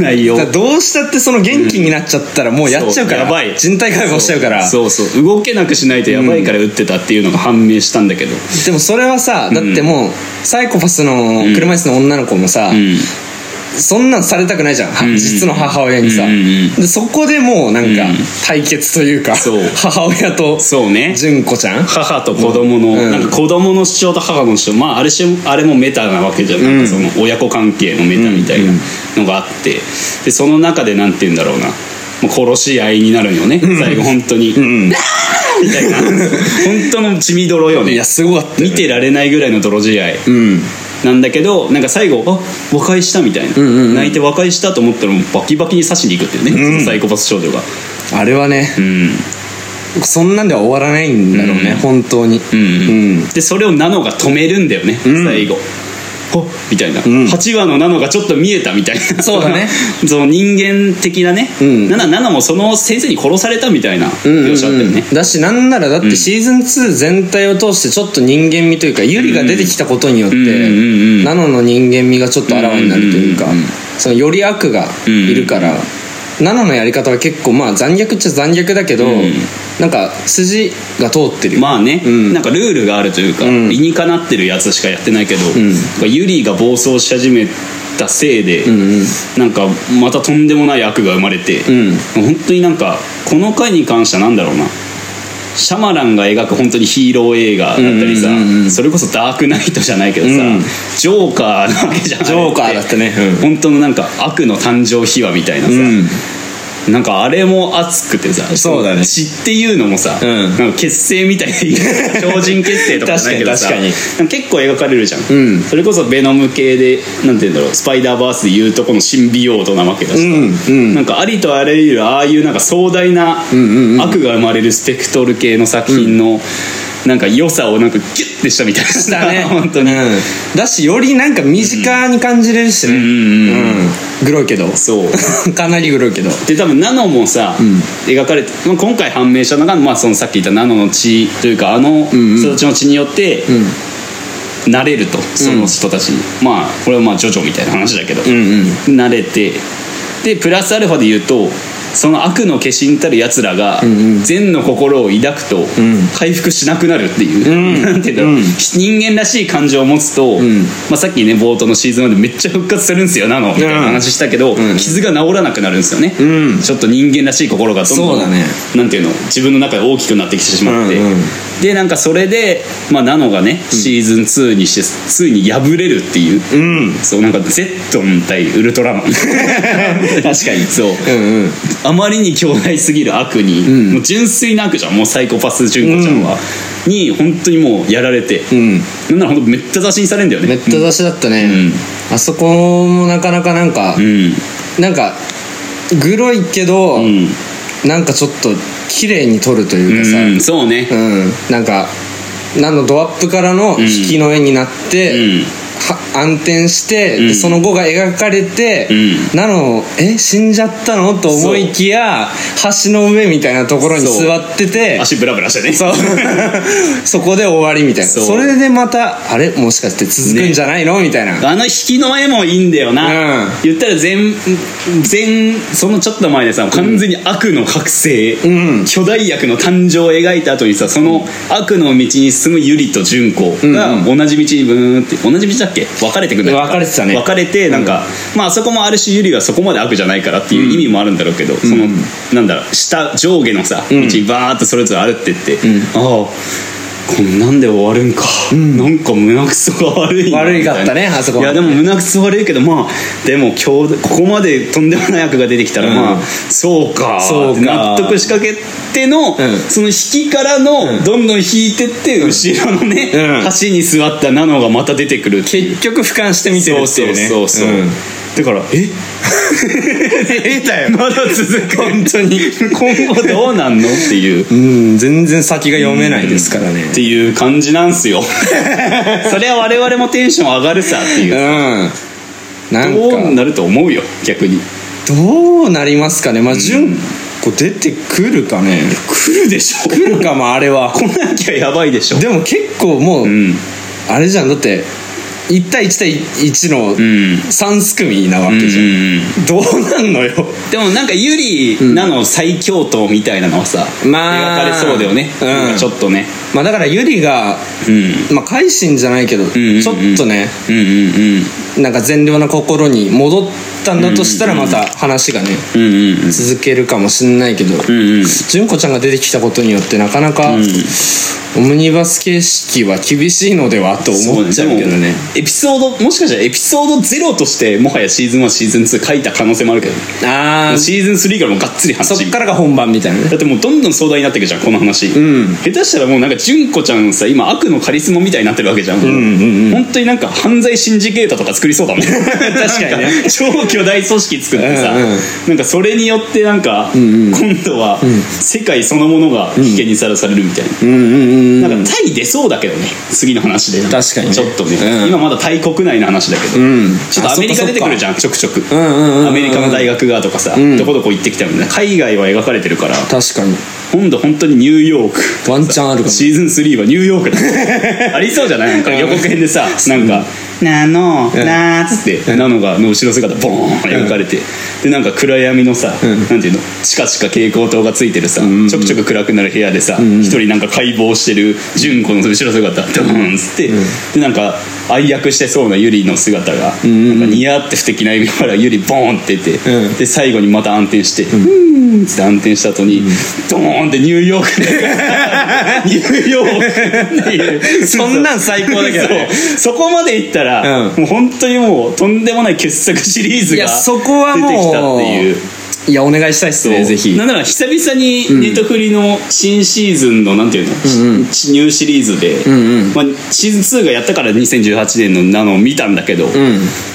S2: 内容
S1: だからどうしたってその元気になっちゃったらもうやっちゃうから、
S2: そうやばい
S1: 人体解剖しちゃうから
S2: そうそうそう動けなくしないとやばいから打ってたっていうのが判明したんだけど
S1: でもそれはさだってもうサイコパスの車椅子の女の子もさ、
S2: うん
S1: そんなんされたくないじゃん、は
S2: うん
S1: 実の母親にさ、
S2: うんうんうん
S1: でそこでもうなんか
S2: うん
S1: 対決というか、
S2: そう
S1: 母親と
S2: そうね
S1: 純子ちゃん
S2: 母と子供の、
S1: うん
S2: なんか子供の主張と母の主張まああれしあれもメタなわけじゃんない、
S1: うん
S2: その親子関係のメタみたいなのがあってでその中でなんて言うんだろうなもう殺し合いになるんよね最後本当に、みたい な本当の血みどろよ
S1: い
S2: ね
S1: やすごかったよ
S2: 見てられないぐらいの泥仕合、
S1: うん
S2: なんだけどなんか最後あ和解したみたいな、
S1: んうんうん
S2: 泣いて和解したと思ったらもうバキバキに刺しに行くっていうね、そのサイコパス少女が
S1: あれはね
S2: うん
S1: そんなんでは終わらないんだろうね、
S2: うん
S1: 本当に
S2: うん
S1: うん
S2: でそれをナノが止めるんだよね、
S1: ん
S2: 最後ほっみたいな、
S1: ん
S2: 8話のナノがちょっと見えたみたいな
S1: そうだね
S2: その人間的なね、
S1: うん
S2: ナナナナもその先生に殺されたみたいな
S1: うんうんうん
S2: 描写あったよね、
S1: だしなんならだってシーズン2全体を通してちょっと人間味というかユリが出てきたことによって、
S2: うんうんうん
S1: ナノの人間味がちょっとあらわになるというか、
S2: うんうんうん
S1: そのより悪がいるから、ナノのやり方は結構まあ残虐っちゃ残虐だけど、
S2: ん
S1: なんか筋が通ってる、
S2: まあね、
S1: うん
S2: なんかルールがあるというか、
S1: ん
S2: 理にかなってるやつしかやってないけど、
S1: ん
S2: なんかユリが暴走し始めたせいで、なんかまたとんでもない悪が生まれて、
S1: ん
S2: 本当になんかこの回に関してはなんだろうなシャマランが描く本当にヒーロー映画だったりさ、
S1: うんうんうんうん
S2: それこそダークナイトじゃないけどさ、
S1: うん
S2: ジョーカーなわけじゃん
S1: ジョーカーだったねうん
S2: 本当のなんか悪の誕生秘話みたいなさ、なんかあれも熱くてさ
S1: そうだね
S2: 血っていうのもさ、
S1: うん
S2: なんか結成みたいな言い方 超人結成とかじゃないけどさ
S1: 確かに
S2: なんか結構描かれるじゃん、
S1: うん
S2: それこそベノム系でなんて言うんだろうスパイダーバースでいうとこのシンビオートなわけだしさ、
S1: うんうん
S2: なんかありとあらゆるああいうなんか壮大な悪が生まれるスペクトル系の作品の、なんか良さをなんかギュッてしたみたいな
S1: だね
S2: 本当に、
S1: うんだしよりなんか身近に感じれるしね、
S2: うんうんうんうん
S1: うんグロいけど
S2: そう
S1: かなりグロいけど
S2: で多分ナノもさ、描かれて、まあ、今回判明したのが、まあ、そのさっき言ったナノの血というかあの
S1: んうん
S2: 人たちの血によって、なれるとその人たちに、まあこれはまあジョジョみたいな話だけど、
S1: ん
S2: 慣れてでプラスアルファで言うとその悪の化身たるやつらが善の心を抱くと回復しなくなるっていう、なんていうんだろう、人間らしい感情を持つと、まあ、さっきね冒頭のシーズン1でめっちゃ復活するんですよなのみたいな話したけど、傷が治らなくなるんですよね、
S1: うん
S2: ちょっと人間らしい心がどんどん
S1: そうだね
S2: なんていうの自分の中で大きくなってきてしまって、
S1: うんうん
S2: でなんかそれで、まあ、ナノがねシーズン2にしてついに敗れるっていう、
S1: うん
S2: そうなんかゼットン対ウル トラマン確かにそう、
S1: うんうん
S2: あまりに強大すぎる悪に、もう純粋な悪じゃんもうサイコパス純子ちゃんは、に本当にもうやられて、
S1: ん
S2: なんなら本当めっちゃ雑誌にされるんだよね
S1: めっちゃ出しだったね、
S2: ん
S1: あそこもなかなかなんか、
S2: うん
S1: なんかグロいけど、
S2: うん、
S1: なんかちょっと綺麗に撮るというかさ、
S2: うん、そうね
S1: うんなんか何のドアップからの引きの絵になって、
S2: うん
S1: は暗転して、で
S2: うん
S1: その後が描かれて、
S2: う
S1: なのえ死んじゃったのと思いきや橋の上みたいなところに
S2: そう
S1: 座ってて
S2: 足ブラブラしてね
S1: そうそこで終わりみたいなそ
S2: そう
S1: れでまたあれもしかして続くんじゃないの、みたいな
S2: あの引きの絵もいいんだよ
S1: う
S2: な、
S1: ん
S2: 言ったら全全そのちょっと前でさ完全に悪の覚醒、
S1: うん
S2: 巨大悪の誕生を描いた後にさその悪の道に進むゆりと純子が同じ道にブーンって同じ道だっけ分かれてくんだっけ
S1: 分かれてたね
S2: 分かれてなんか、まああそこもある種ゆりはそこまで悪じゃないからっていう意味もあるんだろうけど、そのなんだろう下上下のさ道
S1: ん
S2: にバーッとそれぞれ歩ってって、
S1: ん
S2: ああこんなんで終わるんか、なんか胸くそが悪い
S1: 悪いかった ねあそこはい
S2: やでも胸くそ悪いけどまあでも今日ここまでとんでもない役が出てきたら、
S1: うん
S2: まあそうか
S1: そうか
S2: 納得しかけての、
S1: ん
S2: その引きからの、どんどん引いてって、後ろのね、
S1: うん
S2: 端に座ったナノがまた出てくるっていう
S1: 結局俯瞰して見てるっていうね
S2: そうそうそうそう、
S1: ん
S2: だからええだよ まだ続く本当に今後どうなんのっていう
S1: うん全然先が読めないですからね
S2: っていう感じなんすよ それは我々もテンション上がるさって
S1: うん
S2: いう
S1: なん
S2: ど
S1: か
S2: うなると思うよ逆に
S1: どうなりますかねまあ順子出てくるかね
S2: 来るでしょ
S1: 来るかもあれ は
S2: 来なきゃやばいでしょ
S1: でも結構もう、
S2: うん
S1: あれじゃんだって1対1対1の
S2: うん
S1: 3すくみなわ
S2: うんう
S1: けじゃん、
S2: んうん
S1: どうなんのよ
S2: でもなんかユリなの最強党みたいなのはさ、
S1: まあ
S2: 描かれそうだよね、
S1: うん
S2: なんかちょっとね
S1: まあだからゆりが
S2: うん
S1: まあ改心じゃないけど、
S2: うんうん
S1: ちょっとね
S2: うんうん
S1: なんか善良な心に戻ったんだとしたら
S2: うんう
S1: ま
S2: ん
S1: た話がね
S2: うんうんうんうん
S1: 続けるかもしんないけど、
S2: うんうん
S1: 純子ちゃんが出てきたことによってなかなか、
S2: うん
S1: オムニバス形式は厳しいのではと思っちゃうけど
S2: そうねで
S1: ね
S2: もエピソードもしかしたらエピソードゼロとしてもはやシーズン1シーズン2書いた可能性もあるけどね
S1: ああ
S2: シーズン3からもうがっつり話
S1: そっからが本番みたいなね
S2: だってもうどんどん壮大になっていくじゃんこの話、
S1: ん
S2: 下手したらもうなんか純子ちゃんさ今悪のカリスマみたいになってるわけじゃん,、
S1: んうん
S2: 本当になんか犯罪シンジケータとか作りそうだ もん確
S1: かにね
S2: 超巨大組織作ってさ、
S1: うんうん
S2: なんかそれによってなんか、
S1: んうん
S2: 今度は世界そのものが危険にさらされるみたいな、
S1: うんうんうん
S2: なんかタイ出そうだけどね次の話で
S1: 確かにね
S2: ちょっとね、
S1: うん
S2: 今まだタイ国内の話だけど、
S1: ん
S2: ちょっとアメリカ
S1: あそっかそっか
S2: 出てくるじゃんちょくちょく、
S1: うんうんうんうん
S2: アメリカの大学がとかさ、
S1: ん
S2: どこどこ行ってきたみたいな海外は描かれてるから
S1: 確かに
S2: 今度本当にニューヨーク
S1: ワンチャンあるかも
S2: シーズン3はニューヨーク だありそうじゃないなんか予告編でさなんか「なの
S1: ん
S2: な」っつってなのがの後ろ姿ボーン描かれてでなんか暗闇のさ
S1: ん
S2: なんていうのチカチカ蛍光灯がついてるさちょくちょく暗くなる部屋でさ一人なんか解剖してる純子の後ろ姿ドーンっつってでなんか愛役してそうなユリの姿がなんかニヤって不敵な笑みからユリボーンって出て、
S1: うん
S2: で最後にまた暗転して「うん」ーんっつって暗転した後に、ドーンってニューヨー クでニューヨークっていう
S1: そんなん最高だけどね
S2: そうそこまでいったら、
S1: うん
S2: もう本当にもうとんでもない傑作シリーズ
S1: い
S2: が
S1: やそ
S2: 出てき
S1: こはもう
S2: たっていう。
S1: いやお願いしたいっすねぜひ
S2: なんなら久々にネトフリの新シーズンのなんていうの、しニューシリーズで、
S1: んうん
S2: まあ、シーズン2がやったから2018年のなのを見たんだけど、
S1: ん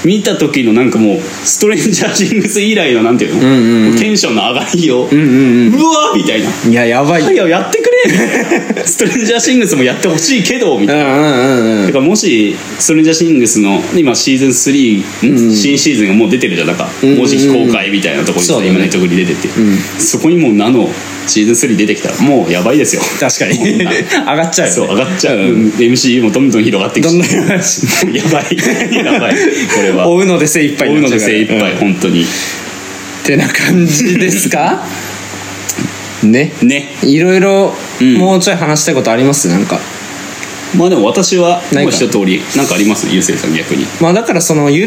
S2: 見た時のなんかもうストレンジャーシングス以来のなんていうの、
S1: んうんうん
S2: もうテンションの上がりを、うわーみたいな「
S1: いややばい
S2: はいよやってくれ」 ストレンジャーシングスもやってほしいけど」みたいな
S1: うんうんうんう
S2: だ
S1: ん
S2: からもしストレンジャーシングスの今シーズン3、新シーズンがもう出てるじゃんなんか文字非公開みたいなところにさ、
S1: そうだね
S2: 今ネットフリ出てて、そこにもうナノシーズン3出てきたらもうやばいですよ
S1: 確か に上がっちゃうよね
S2: そう上がっちゃう、
S1: ん
S2: MCU もどんどん広がっていく
S1: どん
S2: し
S1: な話
S2: もうやばいやばいこれ は
S1: 追うので精一杯
S2: 追う
S1: にな
S2: の
S1: っちゃ
S2: で
S1: うから
S2: 精一杯、
S1: うん
S2: 本当に
S1: ってな感じですかね
S2: ね
S1: いろいろ
S2: うん
S1: もうちょい話したいことありますなんか
S2: まあでも私は
S1: ない
S2: も
S1: か
S2: う一通りなんかありますゆうせいさん逆に
S1: まあだからそのゆ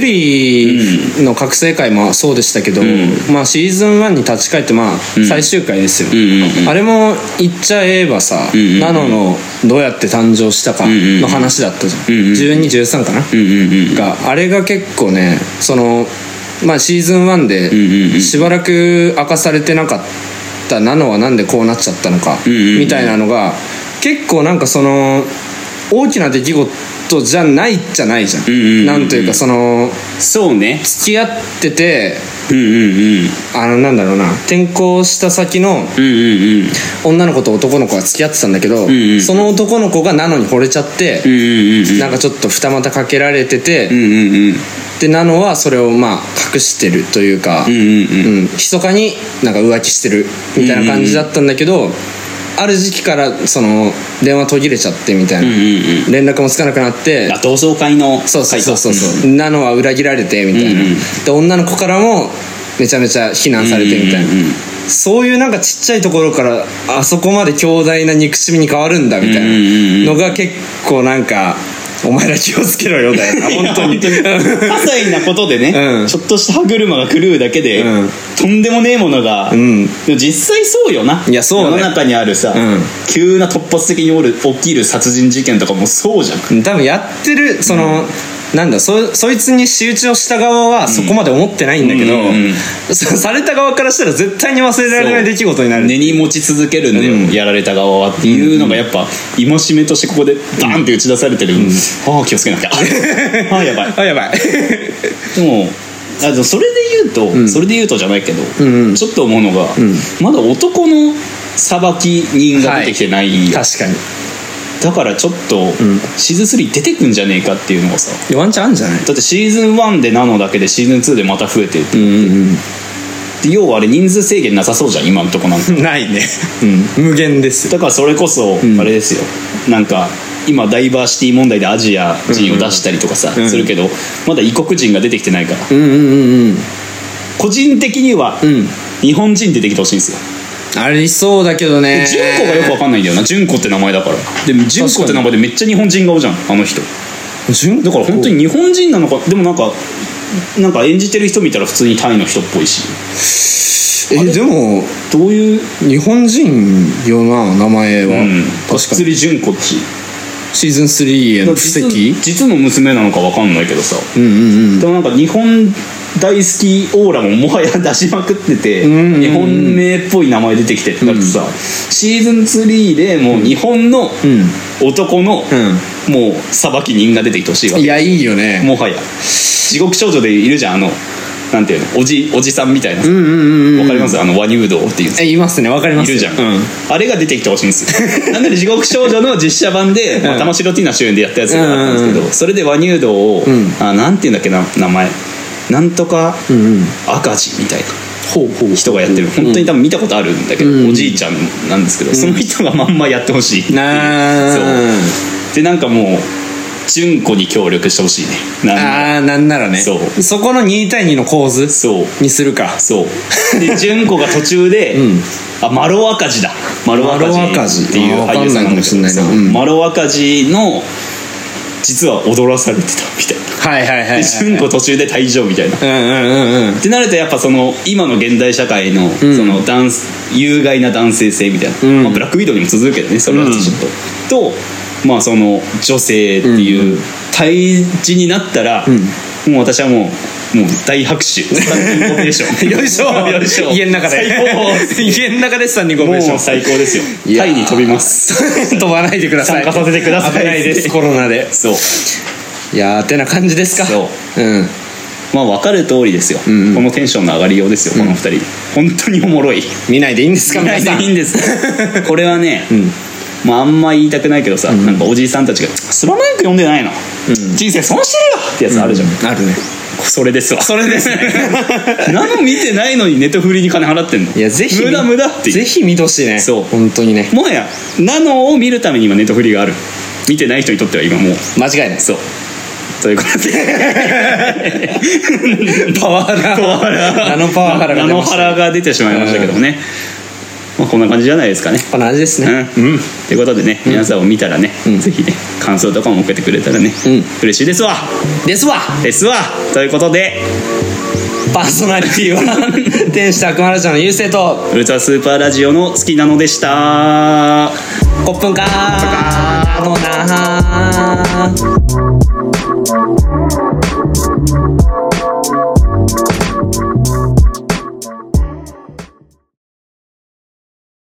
S1: りの覚醒会もそうでしたけど、
S2: ん
S1: まあシーズン1に立ち返ってまあ最終回ですよ、
S2: うんうんうん
S1: あれも言っちゃえばさ、
S2: んうんうん
S1: ナノのどうやって誕生したかの話だったじゃん,、
S2: うんうんうん
S1: 1213かな、
S2: うんうんうん
S1: があれが結構ねそのまあシーズン1
S2: うんうんう
S1: で
S2: ん
S1: しばらく明かされてなかったナノはなんでこうなっちゃったのか
S2: うんうんうん
S1: みたいなのが結構なんかその大きな出来事じゃないじゃないじゃ
S2: うんうんうんうん
S1: んなんというかその
S2: そうね
S1: 付き合ってて
S2: うんうんうん
S1: あのなんだろうな転校した先の
S2: うんうんうん
S1: 女の子と男の子が付き合ってたんだけど、
S2: んうん
S1: その男の子がナノに惚れちゃって、
S2: うんうんうん
S1: なんかちょっと二股かけられてて、
S2: うんうんうん
S1: でナノはそれをまあ隠してるというか、
S2: うんうんうん
S1: うん、密かになんか浮気してるみたいな感じだったんだけど、ある時期からその電話途切れちゃってみたいな、
S2: うんうん
S1: 連絡もつかなくなって
S2: あ同窓会の
S1: そうそうそうそう
S2: 会か
S1: そうなのは裏切られてみたいな、
S2: うんうん
S1: で女の子からもめちゃめちゃ非難されてみたいな、
S2: うんうんうん
S1: そういうなんかちっちゃいところからあそこまで強大な憎しみに変わるんだみた
S2: うんうんうん
S1: いなのが結構なんかお前ら気をつけろよだよな本当に
S2: いや本当に些細なことでね、
S1: うん
S2: ちょっとした歯車が狂うだけで、
S1: うん
S2: とんでもねえものが、
S1: ん
S2: でも実際そうよない
S1: いやそうね
S2: 世の中にあるさ、
S1: うん
S2: 急な突発的におる起きる殺人事件とかもそうじゃん
S1: 多分やってるその、なんだそそいつに仕打ちをした側はそこまで思ってないんだけど、
S2: うんうんうん
S1: そされた側からしたら絶対に忘れられない出来事になる
S2: 根に持ち続けるんだよ、
S1: うん
S2: やられた側はっていうのがやっぱ戒めとしてここでバンって打ち出されてる、ああ気をつ けなきゃああやばい
S1: あやばい
S2: でもあでもそれで言うと、それで言うとじゃないけど、
S1: んうん
S2: ちょっと思うのが、まだ男の裁き人が出てきてない、
S1: 確かに
S2: だからちょっと、シーズン3出てくんじゃねえかっていうのがさ
S1: でワンチャンあるんじゃない
S2: だってシーズン1でナノだけでシーズン2でまた増えてって、で要はあれ人数制限なさそうじゃん今んとこなん て
S1: ないね、うん、無限です
S2: だからそれこそあれですよ、なんか今ダイバーシティ問題でアジア人を出したりとかさ、
S1: ん
S2: するけどまだ異国人が出てきてないから、
S1: うんうんうんうん
S2: 個人的には、
S1: ん
S2: 日本人出てきてほしいんですよ
S1: ありそうだけどね
S2: 純子がよくわかんないんだよな純子って名前だからでも純子って名前でめっちゃ日本人顔じゃんあの人
S1: 純
S2: だから本当に日本人なのかでもなんかなんか演じてる人見たら普通にタイの人っぽいし
S1: えでも
S2: どういう、
S1: 日本人よな名前は、
S2: うん、
S1: 確か
S2: 釣
S1: に
S2: り純子っち
S1: シーズン3への布石
S2: 実の娘なのかわかんないけどさ、
S1: うんうんうん
S2: でもなんか日本大好きオーラももはや出しまくってて、
S1: んうんうん
S2: 日本名っぽい名前出てきてってなるとさ、シーズン3でもう日本の男の、もう裁き人が出てきてほしいわ
S1: い
S2: け
S1: やいいよね
S2: もはや地獄少女でいるじゃんあのなんていうのおじおじさんみたいなさわ、
S1: うんうんうんうん
S2: かりますあの和乳道っていう
S1: えいますねわかりま
S2: い
S1: すよ
S2: るじゃん、
S1: うん
S2: あれが出てきてほしいんです よなんで地獄少女の実写版で、まあ、玉城ティナ主演でやったやつがあったんですけど、
S1: うんうん
S2: それで和乳道を、
S1: ん
S2: あなんていうんだっけな名前なんとか
S1: うんうん
S2: 赤字みたいな
S1: ほうほう
S2: 人がやってる本当に多分見たことあるんだけど、おじいちゃんなんですけど、その人がまんまやってほしいっていう
S1: なー
S2: そうでなんかもう純子に協力してほしいねなんか
S1: あーなんならね
S2: そう
S1: この2対2の構図
S2: そう
S1: にするか
S2: そうで純子が途 中で、
S1: ん
S2: あマロ赤字だマロ
S1: マロ
S2: 赤
S1: 赤
S2: 字
S1: 字
S2: っていう
S1: あー
S2: 俳優さんな
S1: わかんないか
S2: んだけど
S1: もしれないな
S2: そう
S1: うん
S2: マロ赤字の実は踊らされてたみたいな
S1: はいはいはいはい
S2: で純子途中で退場みたいな
S1: うんうんうんうん
S2: ってなるとやっぱその今の現代社会のその男有害な男性性みたいな、
S1: うん
S2: まあ、ブラックウィドウにも続くけどねそれはちょっと、とまあその女性っていう対峙になったら、もう私はもうもう大 拍手でしょ
S1: よいしょ
S2: よいしょ
S1: 家の中で
S2: 最
S1: 家の中で3人ご
S2: 高
S1: めん
S2: もう最高ですよ
S1: いや
S2: タ
S1: ー
S2: イに飛びます
S1: 飛ばないでください
S2: 参加させてください
S1: 危ないですコロナで
S2: そう
S1: いやーてな感じですか
S2: そう
S1: うん
S2: まあ分かる通りですよ、
S1: んうん
S2: このテンションの上がりようですよこの二人、本当におもろい
S1: 見ないでいいんですか
S2: 見な
S1: 皆
S2: いで
S1: さん
S2: いいんですこれはね、まああんま言いたくないけどさ、なんかおじいさんたちが「スラムダンク読んでないの、人生損してるよ!」ってやつあるじゃん、
S1: あるね
S2: それですわ
S1: それですね
S2: 何も見てないのにネットフリに金払ってんの
S1: いやぜひ
S2: 無駄無駄ってい
S1: ぜ
S2: う
S1: ひ見てほしいね
S2: そう
S1: 本当にね
S2: もはやナノを見るために今ネットフリがある見てない人にとっては今もう
S1: 間違いない
S2: そうということで
S1: パワハラ
S2: パワハラ
S1: ナノパワハラが
S2: ナ
S1: 出
S2: ノ
S1: まし
S2: ハ
S1: た
S2: ラが出てしまいましたけどもね、まあ、こんな感じじゃないですかね
S1: こんな感じですね
S2: うん、ということでね、皆さんを見たらね、
S1: ん
S2: ぜひね感想とかも送ってくれたらね、
S1: うん
S2: 嬉しいですわ
S1: ですわ
S2: ですわということで
S1: パーソナリティ は天使と悪魔ラジオの優勢と
S2: ウルトラスーパーラジオの好きなのでした
S1: コップンカーのなー